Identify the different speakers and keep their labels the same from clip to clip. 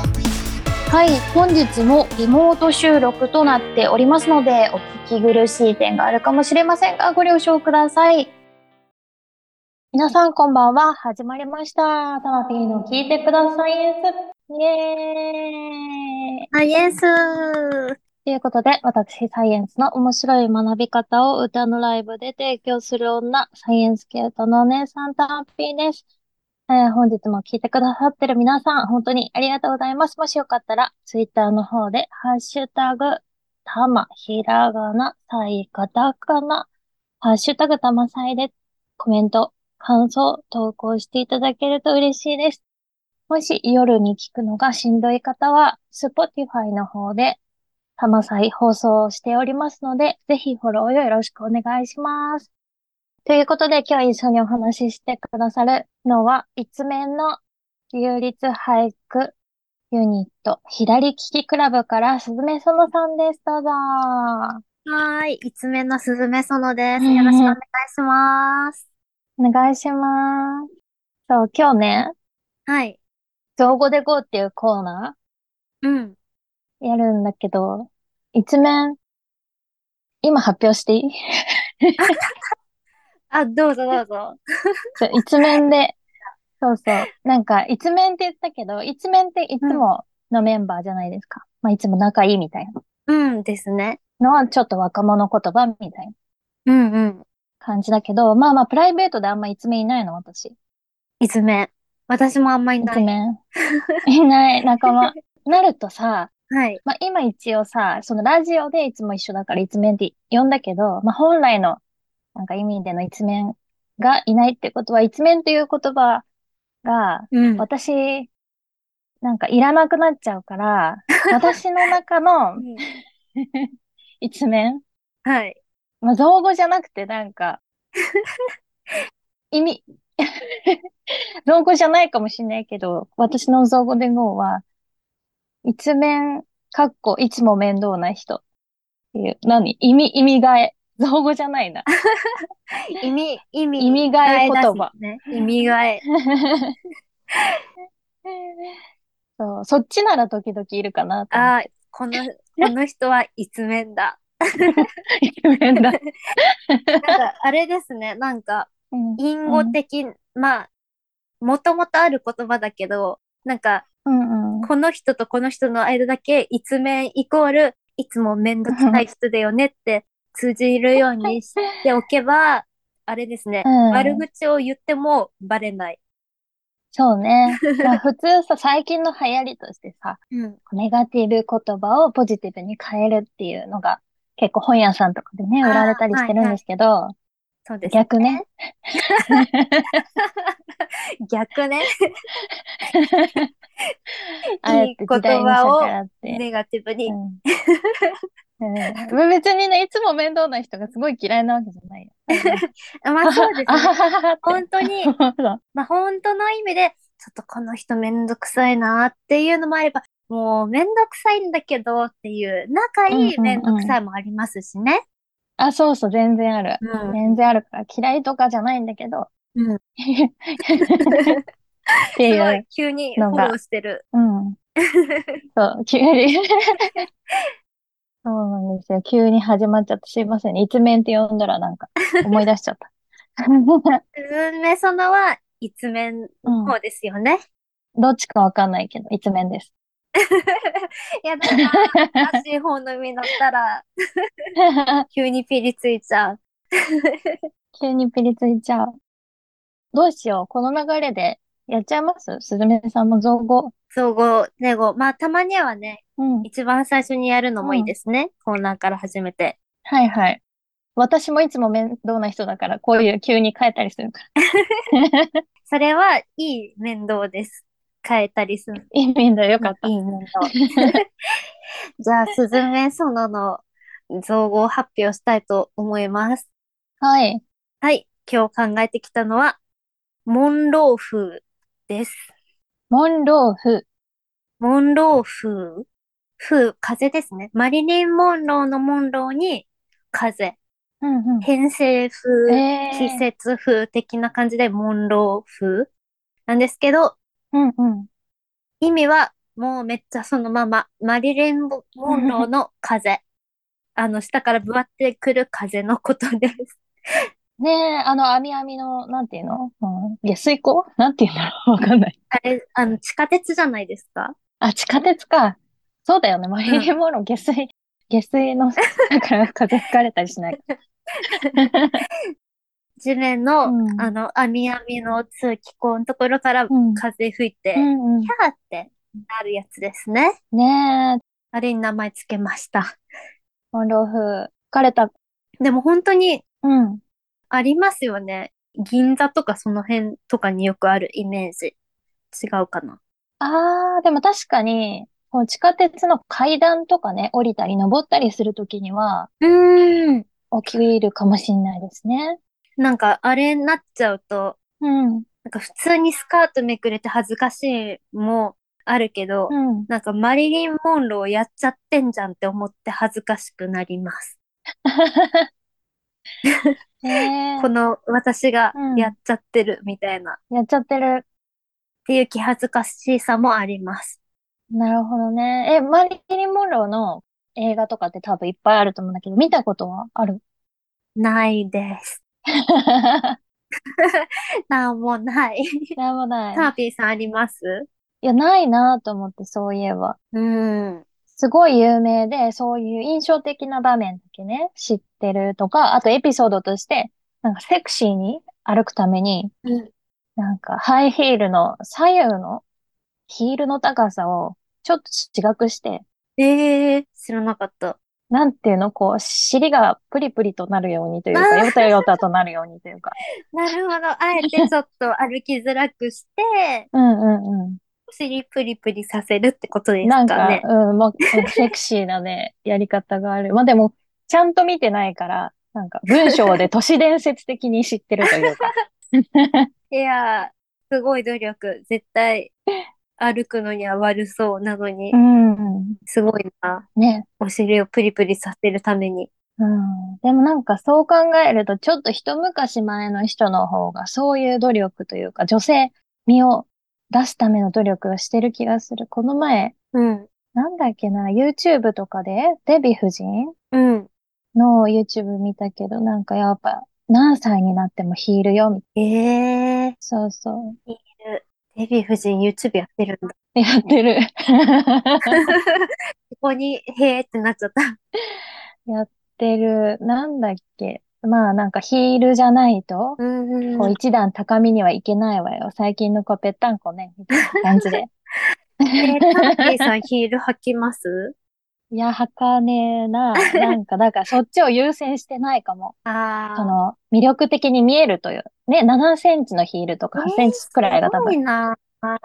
Speaker 1: はい、本日もリモート収録となっておりますので、お聞き苦しい点があるかもしれませんが、ご了承ください。皆さんこんばんは。始まりました。タマピーの聞いてくださいです。イエーイ
Speaker 2: あ、イエス。
Speaker 1: ということで、私、サイエンスの面白い学び方を歌のライブで提供する女、サイエンス系統のお姉さん、タッピーです。えー本日も聞いてくださってる皆さん、本当にありがとうございます。もしよかったら、ツイッターの方で、ハッシュタグ、たま、ひらがな、さい、カタカナ、ハッシュタグたまさいで、コメント、感想、投稿していただけると嬉しいです。もし夜に聞くのがしんどい方は、Spotify の方で、たまさい放送しておりますので、ぜひフォローをよろしくお願いします。ということで、今日一緒にお話ししてくださるのは、一面の自由律俳句ユニット、左利きクラブから、すずめそのさんです。どうぞ。
Speaker 2: はーい。いつめのすずめそのです。よろしくお願いします。
Speaker 1: お願いします。そう、今日ね、
Speaker 2: はい。
Speaker 1: 造語で GO っていうコーナ
Speaker 2: うん。
Speaker 1: ーやるんだけど、一面、今発表してい い
Speaker 2: あ、どうぞどうぞ。
Speaker 1: そう一面で、そうそう。なんか、一面って言ったけど、一面っていつものメンバーじゃないですか。まあ、いつも仲いいみたいな
Speaker 2: うんですね。
Speaker 1: のは、ちょっと若者言葉みたいな
Speaker 2: うんうん。
Speaker 1: 感じだけど、まあまあ、プライベートであんま一面いないの、私。
Speaker 2: いつめ。私もあんまり
Speaker 1: 一
Speaker 2: ない。
Speaker 1: 面。いない、仲間。なるとさ、
Speaker 2: はい。
Speaker 1: まあ、今一応さ、そのラジオでいつも一緒だから一面って呼んだけど、まあ、本来のなんか意味での一面がいないってことは、一面という言葉が
Speaker 2: うん。
Speaker 1: 私、なんかいらなくなっちゃうから、私の中の 一面、
Speaker 2: はい。
Speaker 1: まあ、造語じゃなくてなんか、意味、 造語じゃないかもしれないけど、私の造語で語は、一面、かっこ、いつも面倒な人っていう、何意味、意味替え。造語じゃないな。
Speaker 2: 意味、意味、
Speaker 1: 意味替え言葉。
Speaker 2: ね。意味替え。
Speaker 1: そう、そっちなら時々いるかなと思って。
Speaker 2: あ、この、この人はいつめんだ。
Speaker 1: 一面だ。
Speaker 2: なんか、あれですね。なんか、
Speaker 1: うん
Speaker 2: 隠語的、まあ、もともとある言葉だけど、なんか、
Speaker 1: うんうん。
Speaker 2: この人とこの人の間だけ一面イコールいつも面倒くさい人だよねって通じるようにしておけば、あれですね、
Speaker 1: うん
Speaker 2: 悪口を言ってもバレない。
Speaker 1: そうね。だから普通さ、最近の流行りとしてさ、
Speaker 2: うん。
Speaker 1: ネガティブ言葉をポジティブに変えるっていうのが、結構本屋さんとかでね、
Speaker 2: あー
Speaker 1: 売られたりしてるんですけど、
Speaker 2: そうです。
Speaker 1: 逆 ね。
Speaker 2: 逆ね。
Speaker 1: ああやって時代に逆らって。
Speaker 2: ネガティブに。
Speaker 1: うん うん別にね、いつも面倒な人がすごい嫌いなわけじゃ ないよ。
Speaker 2: まあそうで
Speaker 1: あ
Speaker 2: す
Speaker 1: は
Speaker 2: ね。
Speaker 1: はははって
Speaker 2: 本当に、まあ本当の意味で、ちょっとこの人めんどくさいなっていうのもあれば、もうめんどくさいんだけどっていう、仲いいめんどくさいもありますしね。
Speaker 1: あ、そうそう、全然ある。
Speaker 2: うん
Speaker 1: 全然あるから、嫌いとかじゃないんだけど。
Speaker 2: うん
Speaker 1: ってい
Speaker 2: すご
Speaker 1: う
Speaker 2: い。急にフ
Speaker 1: のが
Speaker 2: ォローしてる。
Speaker 1: うん。そう、急に そうなんですよ。急に始まっちゃってすいませんね。一面って呼んだらなんか思い出しちゃった。
Speaker 2: うん、めそのは、一面
Speaker 1: うん
Speaker 2: の方ですよ ね。
Speaker 1: どっちかわかんないけど、一面です。
Speaker 2: やだな、私しい方の身乗ったら、急にピリついちゃう。
Speaker 1: 急にピリついちゃう。どうしよう。この流れでやっちゃいますすずめさんも造語。
Speaker 2: 総合、ネゴ。まあ、たまにはね、
Speaker 1: うん。
Speaker 2: 一番最初にやるのもいいですね。コーナーから始めて。
Speaker 1: はいはい。私もいつも面倒な人だから、こういう急に変えたりする から。
Speaker 2: それは、いい面倒です。変えたりする。
Speaker 1: いい面だよ、よかった。
Speaker 2: いい面倒。 じゃあ、すずめそのの造語を発表したいと思います。
Speaker 1: はい。
Speaker 2: はい、今日考えてきたのは、モンロー風です。
Speaker 1: モンローフ。
Speaker 2: モンロー風風、風ですね。マリリン・モンローのモンローに、風。
Speaker 1: うんうん。
Speaker 2: 偏西風、
Speaker 1: えー
Speaker 2: 季節風的な感じで、モンロー風なんですけど、
Speaker 1: うんうん。
Speaker 2: 意味はもうめっちゃそのまま、マリリン・モンローの風。あの、下からぶわってくる風のことです。
Speaker 1: ねえ、あの、網網の、なんていうの、うん、下水溝なんていうんだろうわかんない。
Speaker 2: あれ、あの、地下鉄じゃないですか
Speaker 1: あ、地下鉄か。そうだよね。マリリン・モンロー、下水、下水の、だから風吹かれたりしない。
Speaker 2: 地面の、
Speaker 1: うん
Speaker 2: あの、網網の通気口のところから
Speaker 1: うん。
Speaker 2: 風吹いて、
Speaker 1: う
Speaker 2: キ
Speaker 1: んうん。
Speaker 2: ャーってなるやつですね。
Speaker 1: ねえ、
Speaker 2: あれに名前つけました。
Speaker 1: モンロー風、吹かれた。
Speaker 2: でも本当に
Speaker 1: うん。
Speaker 2: ありますよね。銀座とかその辺とかによくあるイメージ。違うかな。
Speaker 1: ああ、でも確かに、こう地下鉄の階段とかね、降りたり登ったりするときには
Speaker 2: うーん。
Speaker 1: 起きるかもしれないですね。
Speaker 2: なんかあれになっちゃうと、
Speaker 1: うん、
Speaker 2: なんか普通にスカートめくれて恥ずかしいもあるけど、
Speaker 1: うん。
Speaker 2: なんかマリリン・モンローやっちゃってんじゃんって思って恥ずかしくなります。
Speaker 1: ね
Speaker 2: この私が
Speaker 1: え、
Speaker 2: や
Speaker 1: う
Speaker 2: っちゃってるみたいなっ
Speaker 1: ん。やっちゃってる。
Speaker 2: ていう気恥ずかしさもあります。
Speaker 1: なるほどね。え、マリリン・モンローの映画とかって多分いっぱいあると思うんだけど、見たことはある
Speaker 2: ないです。なんも ない。
Speaker 1: なんもない。
Speaker 2: サーピーさんあります
Speaker 1: いや、ないなと思って、そういえば。
Speaker 2: うん。
Speaker 1: すごい有名で、そういう印象的な場面だけね、知ってるとか、あとエピソードとして、なんかセクシーに歩くために、
Speaker 2: うん
Speaker 1: なんかハイヒールの左右のヒールの高さをちょっと違くして、
Speaker 2: えー、知らなかった。
Speaker 1: なんていうの、こう、尻がプリプリとなるようにと
Speaker 2: あ
Speaker 1: いうか、よ
Speaker 2: ー
Speaker 1: たよたとなるようにというか。
Speaker 2: なるほど。あえてちょっと歩きづらく して、
Speaker 1: うんうんう
Speaker 2: お尻プリプリさせるってことで
Speaker 1: ん。
Speaker 2: す
Speaker 1: なん
Speaker 2: か
Speaker 1: か、
Speaker 2: ね。
Speaker 1: うん、まあ、セクシーなね、 やり方がある。まあでも、ちゃんと見てないから、なんか文章で都市伝説的に知ってるというか。
Speaker 2: いやー、すごい努力。絶 対歩くのには悪そうなのに
Speaker 1: う、ん。
Speaker 2: すごいな。
Speaker 1: ね。
Speaker 2: お尻をプリプリさせるために。
Speaker 1: うん。でもなんかそう考えると、ちょっと一昔前の人の方が、そういう努力というか、女性身を出すための努力をしてる気がする。この前、
Speaker 2: うん。
Speaker 1: なんだっけな、YouTube とかで、デヴィ夫人
Speaker 2: うん。
Speaker 1: の YouTube 見たけど、なんかやっぱ、何歳になってもヒールよ、みたい
Speaker 2: えー、
Speaker 1: な。そうそ
Speaker 2: デヴィ夫人 YouTube やってる んだ。
Speaker 1: う。やってる。
Speaker 2: ここに、へーってなっちゃった。
Speaker 1: やってる。なんだっけ。まあなんかヒールじゃないと、
Speaker 2: うん
Speaker 1: こう一段高みにはいけないわよ。最近の子ぺったんこね、みたいな感じ で。
Speaker 2: えー、ターキーさんヒール履きます
Speaker 1: いや、はかねえな。なんか、だからそっちを優先してないかも。そ
Speaker 2: あ
Speaker 1: の、魅力的に見えるという。ね、7センチのヒールと
Speaker 2: ー、
Speaker 1: か
Speaker 2: えー、
Speaker 1: 8センチくらいが
Speaker 2: す
Speaker 1: 多
Speaker 2: ご
Speaker 1: 分
Speaker 2: いな。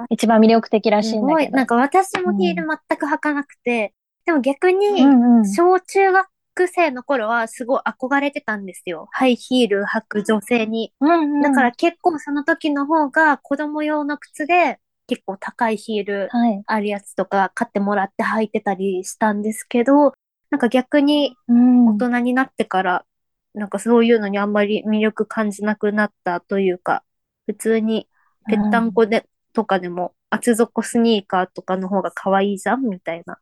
Speaker 1: 一番魅力的らし
Speaker 2: す
Speaker 1: いんだ
Speaker 2: ご
Speaker 1: け
Speaker 2: い。なん
Speaker 1: ど。
Speaker 2: か私
Speaker 1: う
Speaker 2: もヒール
Speaker 1: ん。
Speaker 2: 全く履かなくて、でも逆
Speaker 1: う
Speaker 2: に、
Speaker 1: んうん。
Speaker 2: 小中学生の頃はすごい憧れてたんですよ。ハイヒール履く女性に。
Speaker 1: うん
Speaker 2: だ
Speaker 1: う
Speaker 2: か
Speaker 1: ん。
Speaker 2: ら結構その時の方が子供用の靴で結構高いヒール
Speaker 1: はい。
Speaker 2: あるやつとか買ってもらって履いてたりしたんですけど、なんか逆に
Speaker 1: う
Speaker 2: 大
Speaker 1: ん。
Speaker 2: 人になってから、なんかそういうのにあんまり魅力感じなくなったというか、普通にぺったんこで、とかでも厚底スニーカーとかの方が可愛いじゃんみたいな。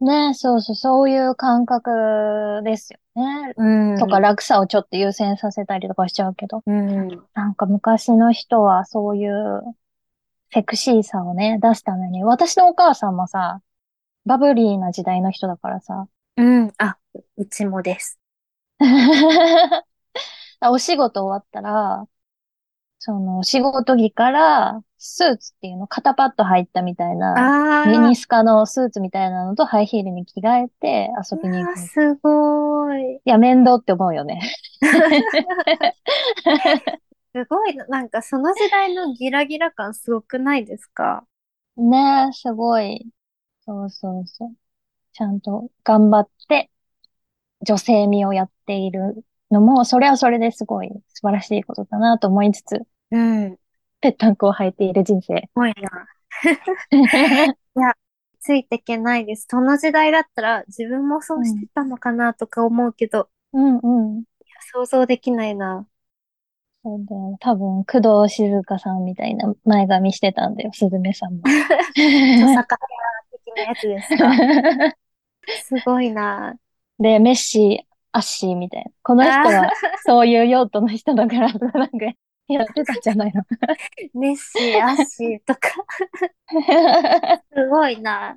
Speaker 1: うん。ね、そうそう、そういう感覚ですよね。
Speaker 2: う
Speaker 1: とか、
Speaker 2: ん。
Speaker 1: 落差をちょっと優先させたりとかしちゃうけど。
Speaker 2: うん。
Speaker 1: なんか昔の人はそういうセクシーさをね、出すために。私のお母さんもさ、バブリーな時代の人だからさ。
Speaker 2: うん。あ、うちもです。
Speaker 1: お仕事終わったら、その、お仕事着から、スーツっていうの、肩パッド入ったみたいな、ミ
Speaker 2: あ
Speaker 1: ニスカのスーツみたいなのとハイヒールに着替えて
Speaker 2: ー、
Speaker 1: 遊びに
Speaker 2: う
Speaker 1: 行
Speaker 2: わー、
Speaker 1: くみたい。
Speaker 2: すごい。
Speaker 1: いや、面倒って思うよね。
Speaker 2: すごいな、なんかその時代のギラギラ感すごくないですか
Speaker 1: ねえ、すごい。そうそうそう。ちゃんと頑張って女性味をやっているのも、それはそれですごい素晴らしいことだなと思いつつ、
Speaker 2: うん。す
Speaker 1: ぺったんこを履いている人 生。
Speaker 2: ごいな。いや、ついていけないです。その時代だったら自分もそううし
Speaker 1: ん、
Speaker 2: てたのかなとか思うけど、
Speaker 1: うんうん。
Speaker 2: いや想像できないな。
Speaker 1: そうだよ。多分、 工藤静香さんみたいな前髪してたんだよ、すずめさんも。
Speaker 2: 著作きなやつです か。すごいな。
Speaker 1: で、メッシ、アッシーみたいな。この人
Speaker 2: あ
Speaker 1: は、そういう用途の人だから、なんか、やってたんじゃないの
Speaker 2: ー、メッシー、アッシーとか、すごいな。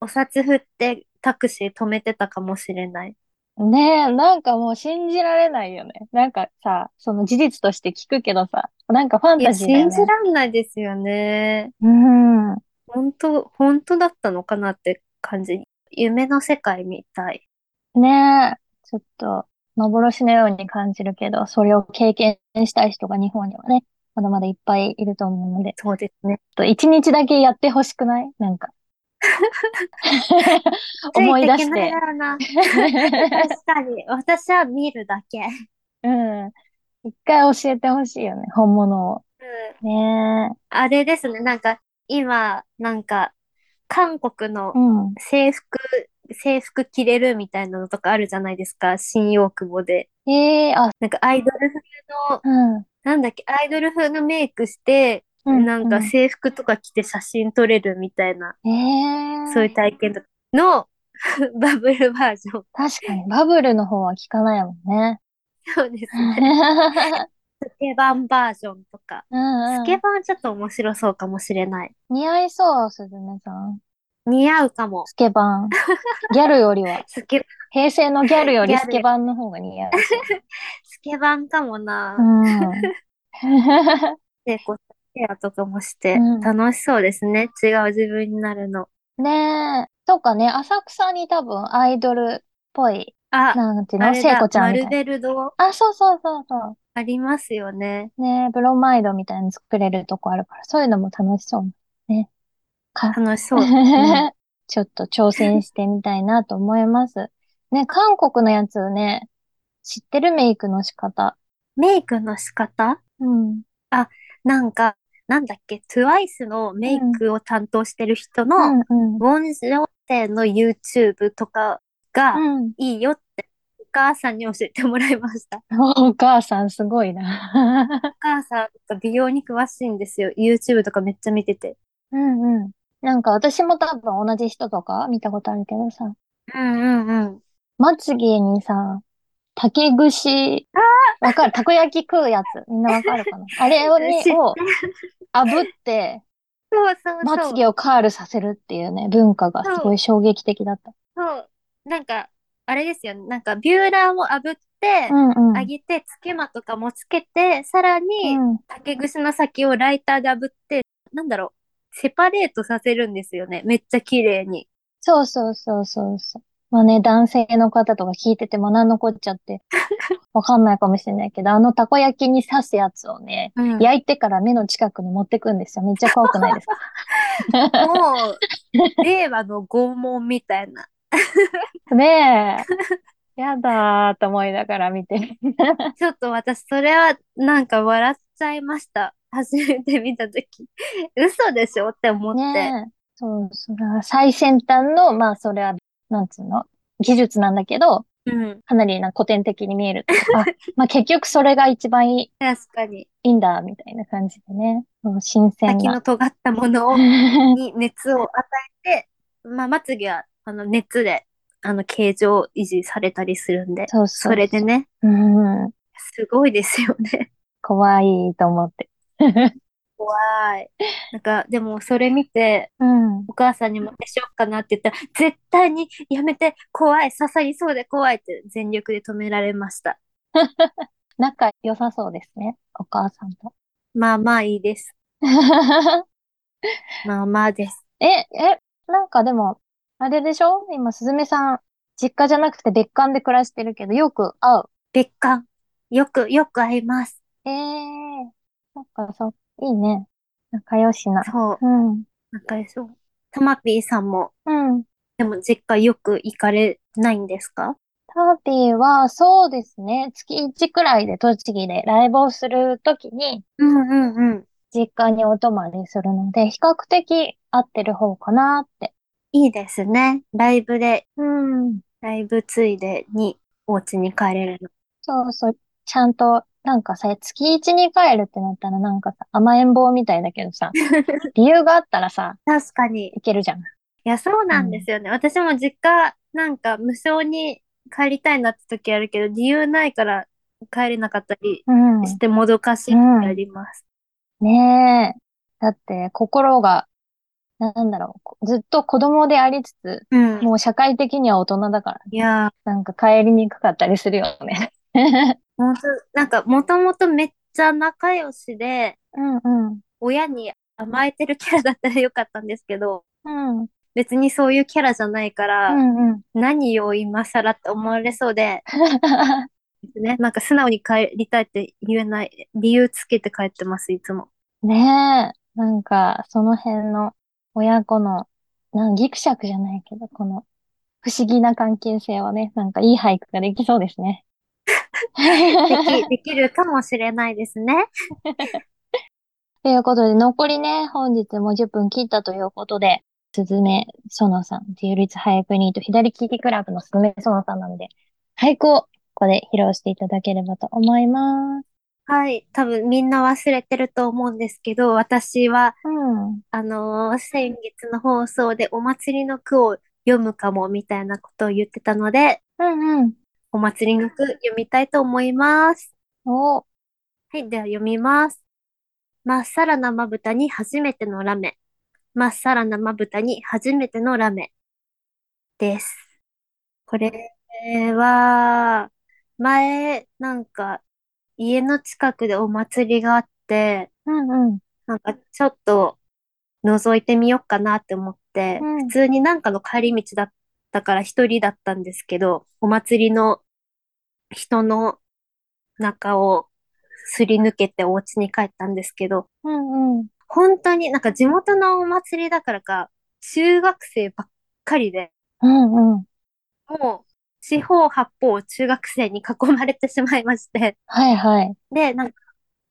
Speaker 2: お札振ってタクシー止めてたかもしれない。
Speaker 1: ねえ、なんかもう信じられないよね。なんかさ、その事実として聞くけどさ、なんかファン
Speaker 2: いや、
Speaker 1: タジーだ
Speaker 2: 信
Speaker 1: よ
Speaker 2: じ
Speaker 1: ね。
Speaker 2: らんないですよね。
Speaker 1: うん。
Speaker 2: 本当、本当だったのかなって感じ。夢の世界みたい。
Speaker 1: ねえ、ちょっと、幻のように感じるけど、それを経験したい人が日本にはね、まだまだいっぱいいると思うので、ち
Speaker 2: そうですね。
Speaker 1: ょっと一日だけやってほしくないなん か。
Speaker 2: つい
Speaker 1: 思い
Speaker 2: て
Speaker 1: 出
Speaker 2: け
Speaker 1: し
Speaker 2: ない
Speaker 1: て。
Speaker 2: ような。確かに。私は見るだけ。
Speaker 1: うん。一回教えてほしいよね、本物を。
Speaker 2: うん
Speaker 1: ねえ。
Speaker 2: あれですね。なんか、今、なんか、韓国
Speaker 1: う
Speaker 2: の
Speaker 1: ん。
Speaker 2: 制服、制服着れるみたいなのとかあるじゃないですか。新大久保で。
Speaker 1: ええあ、
Speaker 2: なんかアイドル風の、
Speaker 1: うん、うん、
Speaker 2: なんだっけ、アイドル風のメイクして、なんか
Speaker 1: う
Speaker 2: 制服とか着て写真撮れるみたいな、
Speaker 1: ん。
Speaker 2: そう
Speaker 1: え
Speaker 2: い
Speaker 1: え
Speaker 2: う体験とかの バブルバージョン。
Speaker 1: 確かにバブルの方は聞かないもん ね。
Speaker 2: そうですね。
Speaker 1: う
Speaker 2: スケバンバージョンとか。ス
Speaker 1: んう
Speaker 2: ケ
Speaker 1: ん。
Speaker 2: バンちょっと面白そうかもしれない。
Speaker 1: 似合いそう、すずめさん。
Speaker 2: 似合うかも。
Speaker 1: スケバン。ギャルよりは、
Speaker 2: スケ、
Speaker 1: 平成のギャルよ
Speaker 2: ギ
Speaker 1: り
Speaker 2: ャ
Speaker 1: スケ
Speaker 2: ル、
Speaker 1: バンの方が似合いそう。
Speaker 2: スケバンかも
Speaker 1: う
Speaker 2: な。
Speaker 1: ん。うん。
Speaker 2: で、こう、ケアとかもして楽しそうですね。違う自分になるの。
Speaker 1: ねえ。とかね、浅草に多分アイドルっぽい、
Speaker 2: あ、
Speaker 1: なんていう
Speaker 2: あ
Speaker 1: の
Speaker 2: れ
Speaker 1: 聖子
Speaker 2: だ、
Speaker 1: ちゃん
Speaker 2: マ
Speaker 1: み
Speaker 2: ル
Speaker 1: たい
Speaker 2: ベル堂
Speaker 1: な。あ、そうそうそうそ
Speaker 2: ありますよね。
Speaker 1: う。ねえ、ブロマイドみたいに作れるとこあるから、そういうのも楽しそう。ね。か。
Speaker 2: 楽 しそう。うん。
Speaker 1: ちょっと挑戦してみたいなと思います。ね、韓国のやつね、知ってるメイクの仕方。
Speaker 2: メイクの仕方
Speaker 1: うん、
Speaker 2: あ、なんか、なんだっけ、TWICE の
Speaker 1: う
Speaker 2: メイ
Speaker 1: ん、
Speaker 2: クを担当してる人
Speaker 1: う
Speaker 2: の、
Speaker 1: ん、うん、
Speaker 2: ウォン・ジョンセンの YouTube とか
Speaker 1: う
Speaker 2: が
Speaker 1: ん。
Speaker 2: いいよって、お母さんに教えてもらいました。
Speaker 1: お母さんすごいな。
Speaker 2: お母さんが美容に詳しいんですよ。YouTube とかめっちゃ見てて。
Speaker 1: うんうん。なんか私も多分同じ人とか見たことあるけどさ、
Speaker 2: うんうんうん。
Speaker 1: まつげにさ、竹串、
Speaker 2: あ
Speaker 1: わかるたこ焼き食うやつ。みんなわかるかなあれを
Speaker 2: ー、
Speaker 1: に、
Speaker 2: 知って
Speaker 1: を炙って、
Speaker 2: そうそう
Speaker 1: ま
Speaker 2: そ
Speaker 1: つ
Speaker 2: う。
Speaker 1: げをカールさせるっていうね、文化がす
Speaker 2: そ
Speaker 1: ごいう衝撃的だった。
Speaker 2: そう。なんか、あれですよね。なんか、ビューラーを炙
Speaker 1: う
Speaker 2: って、
Speaker 1: んう
Speaker 2: 揚
Speaker 1: ん。
Speaker 2: げて、つけまとかもつけて、さら
Speaker 1: う
Speaker 2: に、
Speaker 1: ん。
Speaker 2: 竹串の先をライターで炙って、なんだろう、セパレートさせるんですよね。めっちゃ綺麗に。
Speaker 1: そうそうそうそうそう。まあね、男性の方とか聞いてても何のこっちゃ ってわかんないかもしれないけど、あのたこ焼きに刺すやつをね、
Speaker 2: うん。
Speaker 1: 焼いてから目の近くに持ってくんですよ。めっちゃ怖くないですか
Speaker 2: もう、令和の拷問みたいな。
Speaker 1: ねえ、やだーと思いながら見て。
Speaker 2: ちょっと私、それは、なんか笑っちゃいました。初めて見たとき。嘘でしょって思って。
Speaker 1: ねえ、そう、それは最先端の、まあそれは、なんつうの、技術なんだけど、
Speaker 2: うん。
Speaker 1: かなりな古典的に見 えるっていうか、あ、まあ結局それが一番いい、
Speaker 2: 確かに。
Speaker 1: いいんだ、みたいな感じでね。そう新鮮
Speaker 2: 先
Speaker 1: な。
Speaker 2: の尖ったものを、
Speaker 1: ね
Speaker 2: に熱を与えて、まあ、まつげは、あの、熱で、あの、形状維持されたりするんで、
Speaker 1: そうそ
Speaker 2: そうれで
Speaker 1: そ
Speaker 2: ね、
Speaker 1: う。うん。
Speaker 2: すごいですよね。
Speaker 1: 怖いと思って。
Speaker 2: 怖い。なんか、でも、それ見て、
Speaker 1: うん。
Speaker 2: お母さんにも、でしようかなって言ったら、絶対にやめて、怖い、刺さりそうで怖いって全力で止められました。
Speaker 1: 仲良さそうですね。お母さんと。
Speaker 2: まあまあいいです。まあまあです。
Speaker 1: え、え、なんかでも、あれでしょ今、すずめさん、実家じゃなくて別館で暮らしてるけど、よく会う。
Speaker 2: 別館、よく、よく会います。
Speaker 1: ええそっか、そう、いいね。仲良しな。
Speaker 2: そう、
Speaker 1: うん。
Speaker 2: なんかそう。たまぴーさんも、
Speaker 1: うん。
Speaker 2: でも実家よく行かれないんですか
Speaker 1: ターピーは、そうですね。月1くらいで栃木でライブをするときに、
Speaker 2: うんうんうん。
Speaker 1: 実家にお泊まりするので、比較的合ってる方かなって。
Speaker 2: いいですね。ライブで、
Speaker 1: うん。
Speaker 2: ライブついでにお家に帰れるの。
Speaker 1: そうそう。ちゃんと、なんかさ、月1に帰るってなったら なんかさ、甘えん坊みたいだけどさ、理由があったらさ、
Speaker 2: 確かに。
Speaker 1: いけるじゃん。
Speaker 2: いや、そう
Speaker 1: う
Speaker 2: なんで
Speaker 1: ん。
Speaker 2: すよね。私も実家、なんか無償に帰りたいなって時あるけど、理由ないから帰れなかったり
Speaker 1: う
Speaker 2: し
Speaker 1: ん。
Speaker 2: てもどかしい時
Speaker 1: う
Speaker 2: あ
Speaker 1: ん。
Speaker 2: ります。
Speaker 1: ねえ。だって、心が、なんだろう、こずっと子供でありつつ、
Speaker 2: うん。
Speaker 1: もう社会的には大人だから
Speaker 2: い
Speaker 1: ね。
Speaker 2: やー、
Speaker 1: なんか帰りにくかったりするよね。
Speaker 2: 本当なんかもともとめっちゃ仲良しで、
Speaker 1: うんうん。
Speaker 2: 親に甘えてるキャラだったらよかったんですけど、
Speaker 1: うん。
Speaker 2: 別にそういうキャラじゃないか
Speaker 1: う
Speaker 2: ら、
Speaker 1: んうん。
Speaker 2: 何を今更って思われそうで、ね、なんか素直に帰りたいって言えない、理由つけて帰ってます、い つも。
Speaker 1: ねえ。なんか、その辺の親子の、なんギクシャクじゃないけど、この不思議な関係性はね、なんかいい俳句ができそうですね。
Speaker 2: でき、
Speaker 1: と
Speaker 2: できるかもしれないですね。
Speaker 1: いうことで、残りね、本日も10分切ったということで、すずめそのさん、自由律俳句ニート左利きクラブのすずめそのさんなので、俳句をここで披露していただければと思います。
Speaker 2: はい。多分みんな忘れてると思うんですけど、私は、
Speaker 1: うん。
Speaker 2: あのー先月の放送でお祭りの句を読むかもみたいなことを言ってたので、
Speaker 1: うんうん。
Speaker 2: お祭りの句読みたいと思います。
Speaker 1: お、
Speaker 2: はい。では読みます。まっさらなまぶたに初めてのラメ。まっさらなまぶたに初めてのラメです。これは、前、なんか、家の近くでお祭りがあって、
Speaker 1: うんうん。
Speaker 2: なんかちょっと覗いてみようかなって思っ
Speaker 1: う
Speaker 2: て、普
Speaker 1: ん。
Speaker 2: 通になんかの帰り道だったから一人だったんですけど、お祭りの人の中をすり抜けてお家に帰ったんですけど、
Speaker 1: うんうん。
Speaker 2: 本当になんか地元のお祭りだからか、中学生ばっかりで、
Speaker 1: うんうん。
Speaker 2: もう四方八方中学生に囲まれてしまいまして、
Speaker 1: はいはい。
Speaker 2: で、なん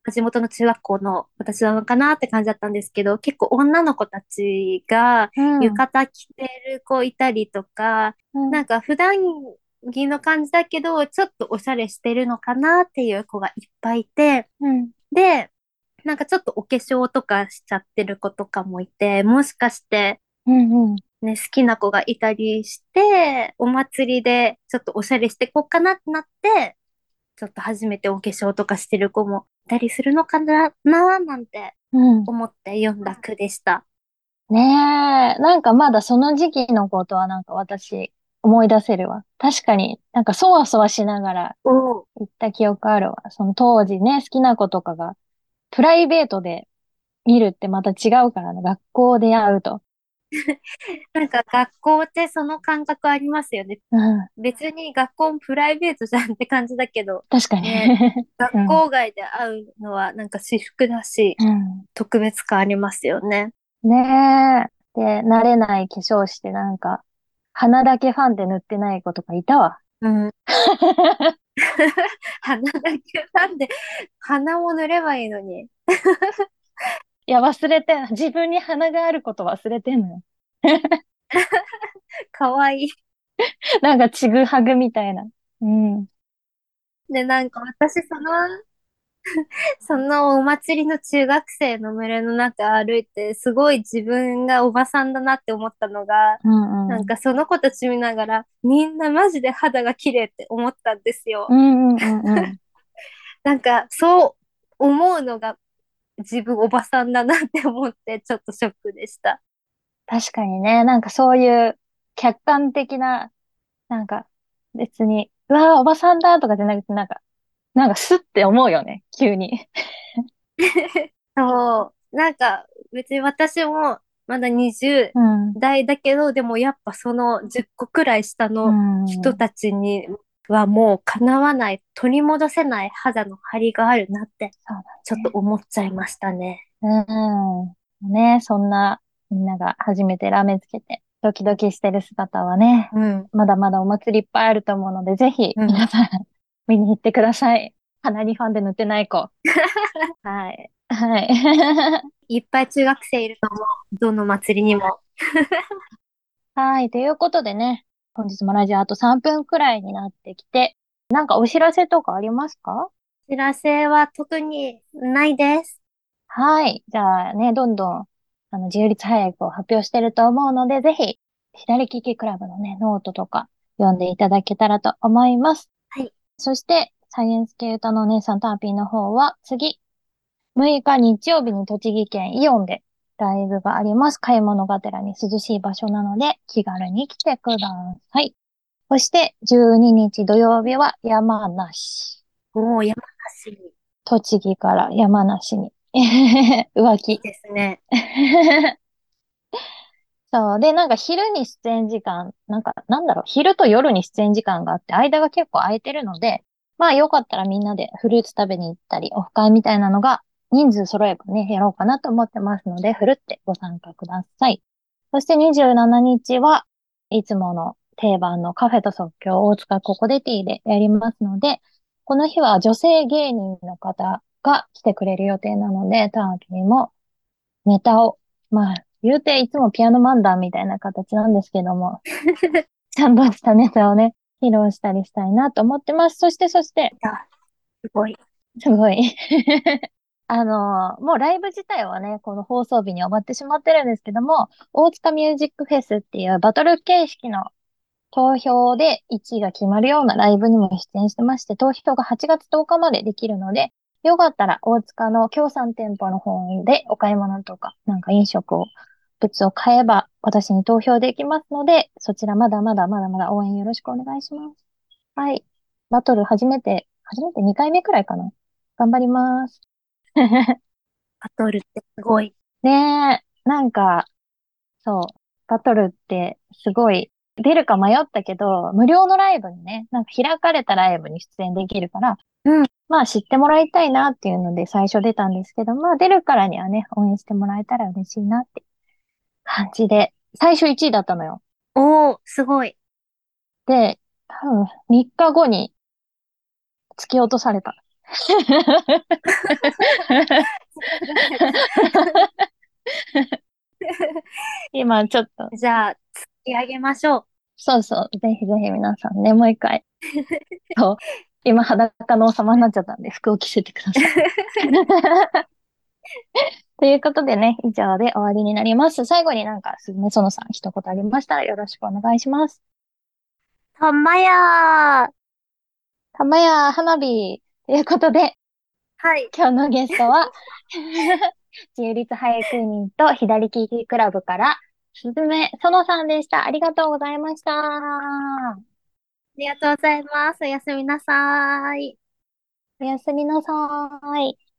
Speaker 2: か地元の中学校の私なのかなって感じだったんですけど、結構女の子たちが
Speaker 1: う
Speaker 2: 浴
Speaker 1: ん。
Speaker 2: 衣着てる子いたりとか、
Speaker 1: う。
Speaker 2: なんんか普段着の感じだけど、ちょっとおしゃれしてるのかなっていう子がいっぱいいて、
Speaker 1: うん。
Speaker 2: で、なんかちょっとお化粧とかしちゃってる子とかもいて、もしかして
Speaker 1: うんうん。
Speaker 2: ね、好きな子がいたりして、お祭りでちょっとおしゃれしてこうかなってなって、ちょっと初めてお化粧とかしてる子もいたりするのかな、なーなんて
Speaker 1: うん。
Speaker 2: 思って読んだ句でした。
Speaker 1: ねえ、なんかまだその時期のことはなんか私思い出せるわ。確かになんかそわそわしながら
Speaker 2: おう
Speaker 1: 行った記憶あるわ。その当時ね、好きな子とかがプライベートで見るってまた違うからね、学校で会うと。
Speaker 2: なんか学校ってその感覚ありますよね。
Speaker 1: うん、
Speaker 2: 別に学校もプライベートじゃんって感じだけど、
Speaker 1: 確かに。
Speaker 2: ね、学
Speaker 1: うん、
Speaker 2: 校外で会うのはなんか私服だし、
Speaker 1: うん。
Speaker 2: 特別感ありますよね。
Speaker 1: ねえ。で、慣れない化粧してなんか、鼻だけファンで塗ってない子とかいたわ。
Speaker 2: うん。鼻だけなんで、鼻を塗ればいいのに。
Speaker 1: いや、忘れてん、自分に鼻があること忘れてんのよ。
Speaker 2: かわいい。
Speaker 1: なんかちぐはぐみたいな。うん。
Speaker 2: で、なんか私その、 そのお祭りの中学生の群れの中歩いて、すごい自分がおばさんだなって思ったのが、
Speaker 1: う
Speaker 2: なん
Speaker 1: んう
Speaker 2: かその子たち見ながら、みんなマジで肌が綺麗って思ったんです
Speaker 1: ん。う
Speaker 2: よ。
Speaker 1: んうんうんうん。
Speaker 2: なんかそう思うのが自分おばさんだなって思って、ちょっとショックでした。
Speaker 1: 確かにね、なんかそういう客観的な、なんか別に、うわーおばさんだとかじゃなくて、なんか、なんかスッて思うよね、急に。
Speaker 2: そう、なんか別に私もまだ20
Speaker 1: うん。
Speaker 2: 代だけど、でもやっぱその10個くらい下
Speaker 1: う
Speaker 2: の人
Speaker 1: ん。
Speaker 2: たちにはもうかなわない、取り戻せない肌の張りがあるなって
Speaker 1: そうだ
Speaker 2: ちょっと
Speaker 1: ね。
Speaker 2: 思っちゃいましたね。
Speaker 1: うん。ね、そんなみんなが初めてラーメンつけて、ドキドキしてる姿はね、
Speaker 2: うん、
Speaker 1: まだまだお祭りいっぱいあると思うので、ぜひ
Speaker 2: うん。
Speaker 1: 皆さん見に行ってください。鼻にファンで塗ってない 子。はい。はい。
Speaker 2: いっぱい中学生いると思う。どの祭りにも。
Speaker 1: はい。ということでね、本日もラジオあと3分くらいになってきて、なんかお知らせとかありますか
Speaker 2: 知らせは特にないです。
Speaker 1: はい。じゃあね、どんどんあの、自由律俳句を発表してると思うので、ぜひ、左利きクラブのね、ノートとか読んでいただけたらと思います。
Speaker 2: はい。
Speaker 1: そして、サイエンス系歌のお姉さんターピーの方は、次、6日日曜日に栃木県イオンでライブがあります。買い物がてらに涼しい場所なので、気軽に来てください。そして、12日土曜日は山梨。
Speaker 2: おお、山梨。い
Speaker 1: 栃木から山梨に。 浮
Speaker 2: い
Speaker 1: 気。
Speaker 2: ですね。
Speaker 1: そう。で、なんか昼に出演時間、なんか、なんだろう、昼と夜に出演時間があって、間が結構空いてるので、まあよかったらみんなでフルーツ食べに行ったり、オフ会みたいなのが、人数揃えばね、やろうかなと思ってますので、ふるってご参加ください。そして27日はいつもの定番のカフェと即興大塚ココデティでやりますので、この日は女性芸人の方が来てくれる予定なので、ターキーもネタを、まあ、言うていつもピアノ漫談みたいな形なんですけども、ちゃんとしたネタをね、披露したりしたいなと思ってます。そして、そして、
Speaker 2: すごい。
Speaker 1: すごい。 あのーもうライブ自体はね、この放送日に終わってしまってるんですけども、大塚ミュージックフェスっていうバトル形式の投票で1位が決まるようなライブにも出演してまして、投票が8月10日までできるので、よかったら大塚の協賛店舗の方でお買い物とか、なんか飲食を、物を買えば私に投票できますので、そちらまだまだまだまだ応援よろしくお願いします。はい。バトル初めて、初めて2回目くらいかな。頑張り ます。
Speaker 2: バトルってすごい。
Speaker 1: ねえ、なんか、そう、バトルってすごい、出るか迷ったけど、無料のライブにね、なんか開かれたライブに出演できるから、
Speaker 2: うん
Speaker 1: まあ知ってもらいたいなっていうので最初出たんですけど、まあ出るからにはね、応援してもらえたら嬉しいなって感じで、最初1位だったのよ。
Speaker 2: おお、す ごい。
Speaker 1: で、多分3日後に突き落とされ た。今ちょっと、
Speaker 2: じゃあ、突き上げましょう。
Speaker 1: そうそう、ぜひぜひ皆さんね、もう一回。そう、今裸の王様になっちゃったんで、服を着せてください。ということでね、以上で終わりになります。最後になんか、すずめそのさん、一言ありましたらよろしくお願いします。
Speaker 2: たまやー。
Speaker 1: たまや花火ということで、
Speaker 2: はい。
Speaker 1: 今日のゲストは、 自由律俳句人と左利きクラブから、すずめそのさんでした。ありがとうございました。
Speaker 2: ありがとうございます。おやすみなさーい。
Speaker 1: おやすみなさーい。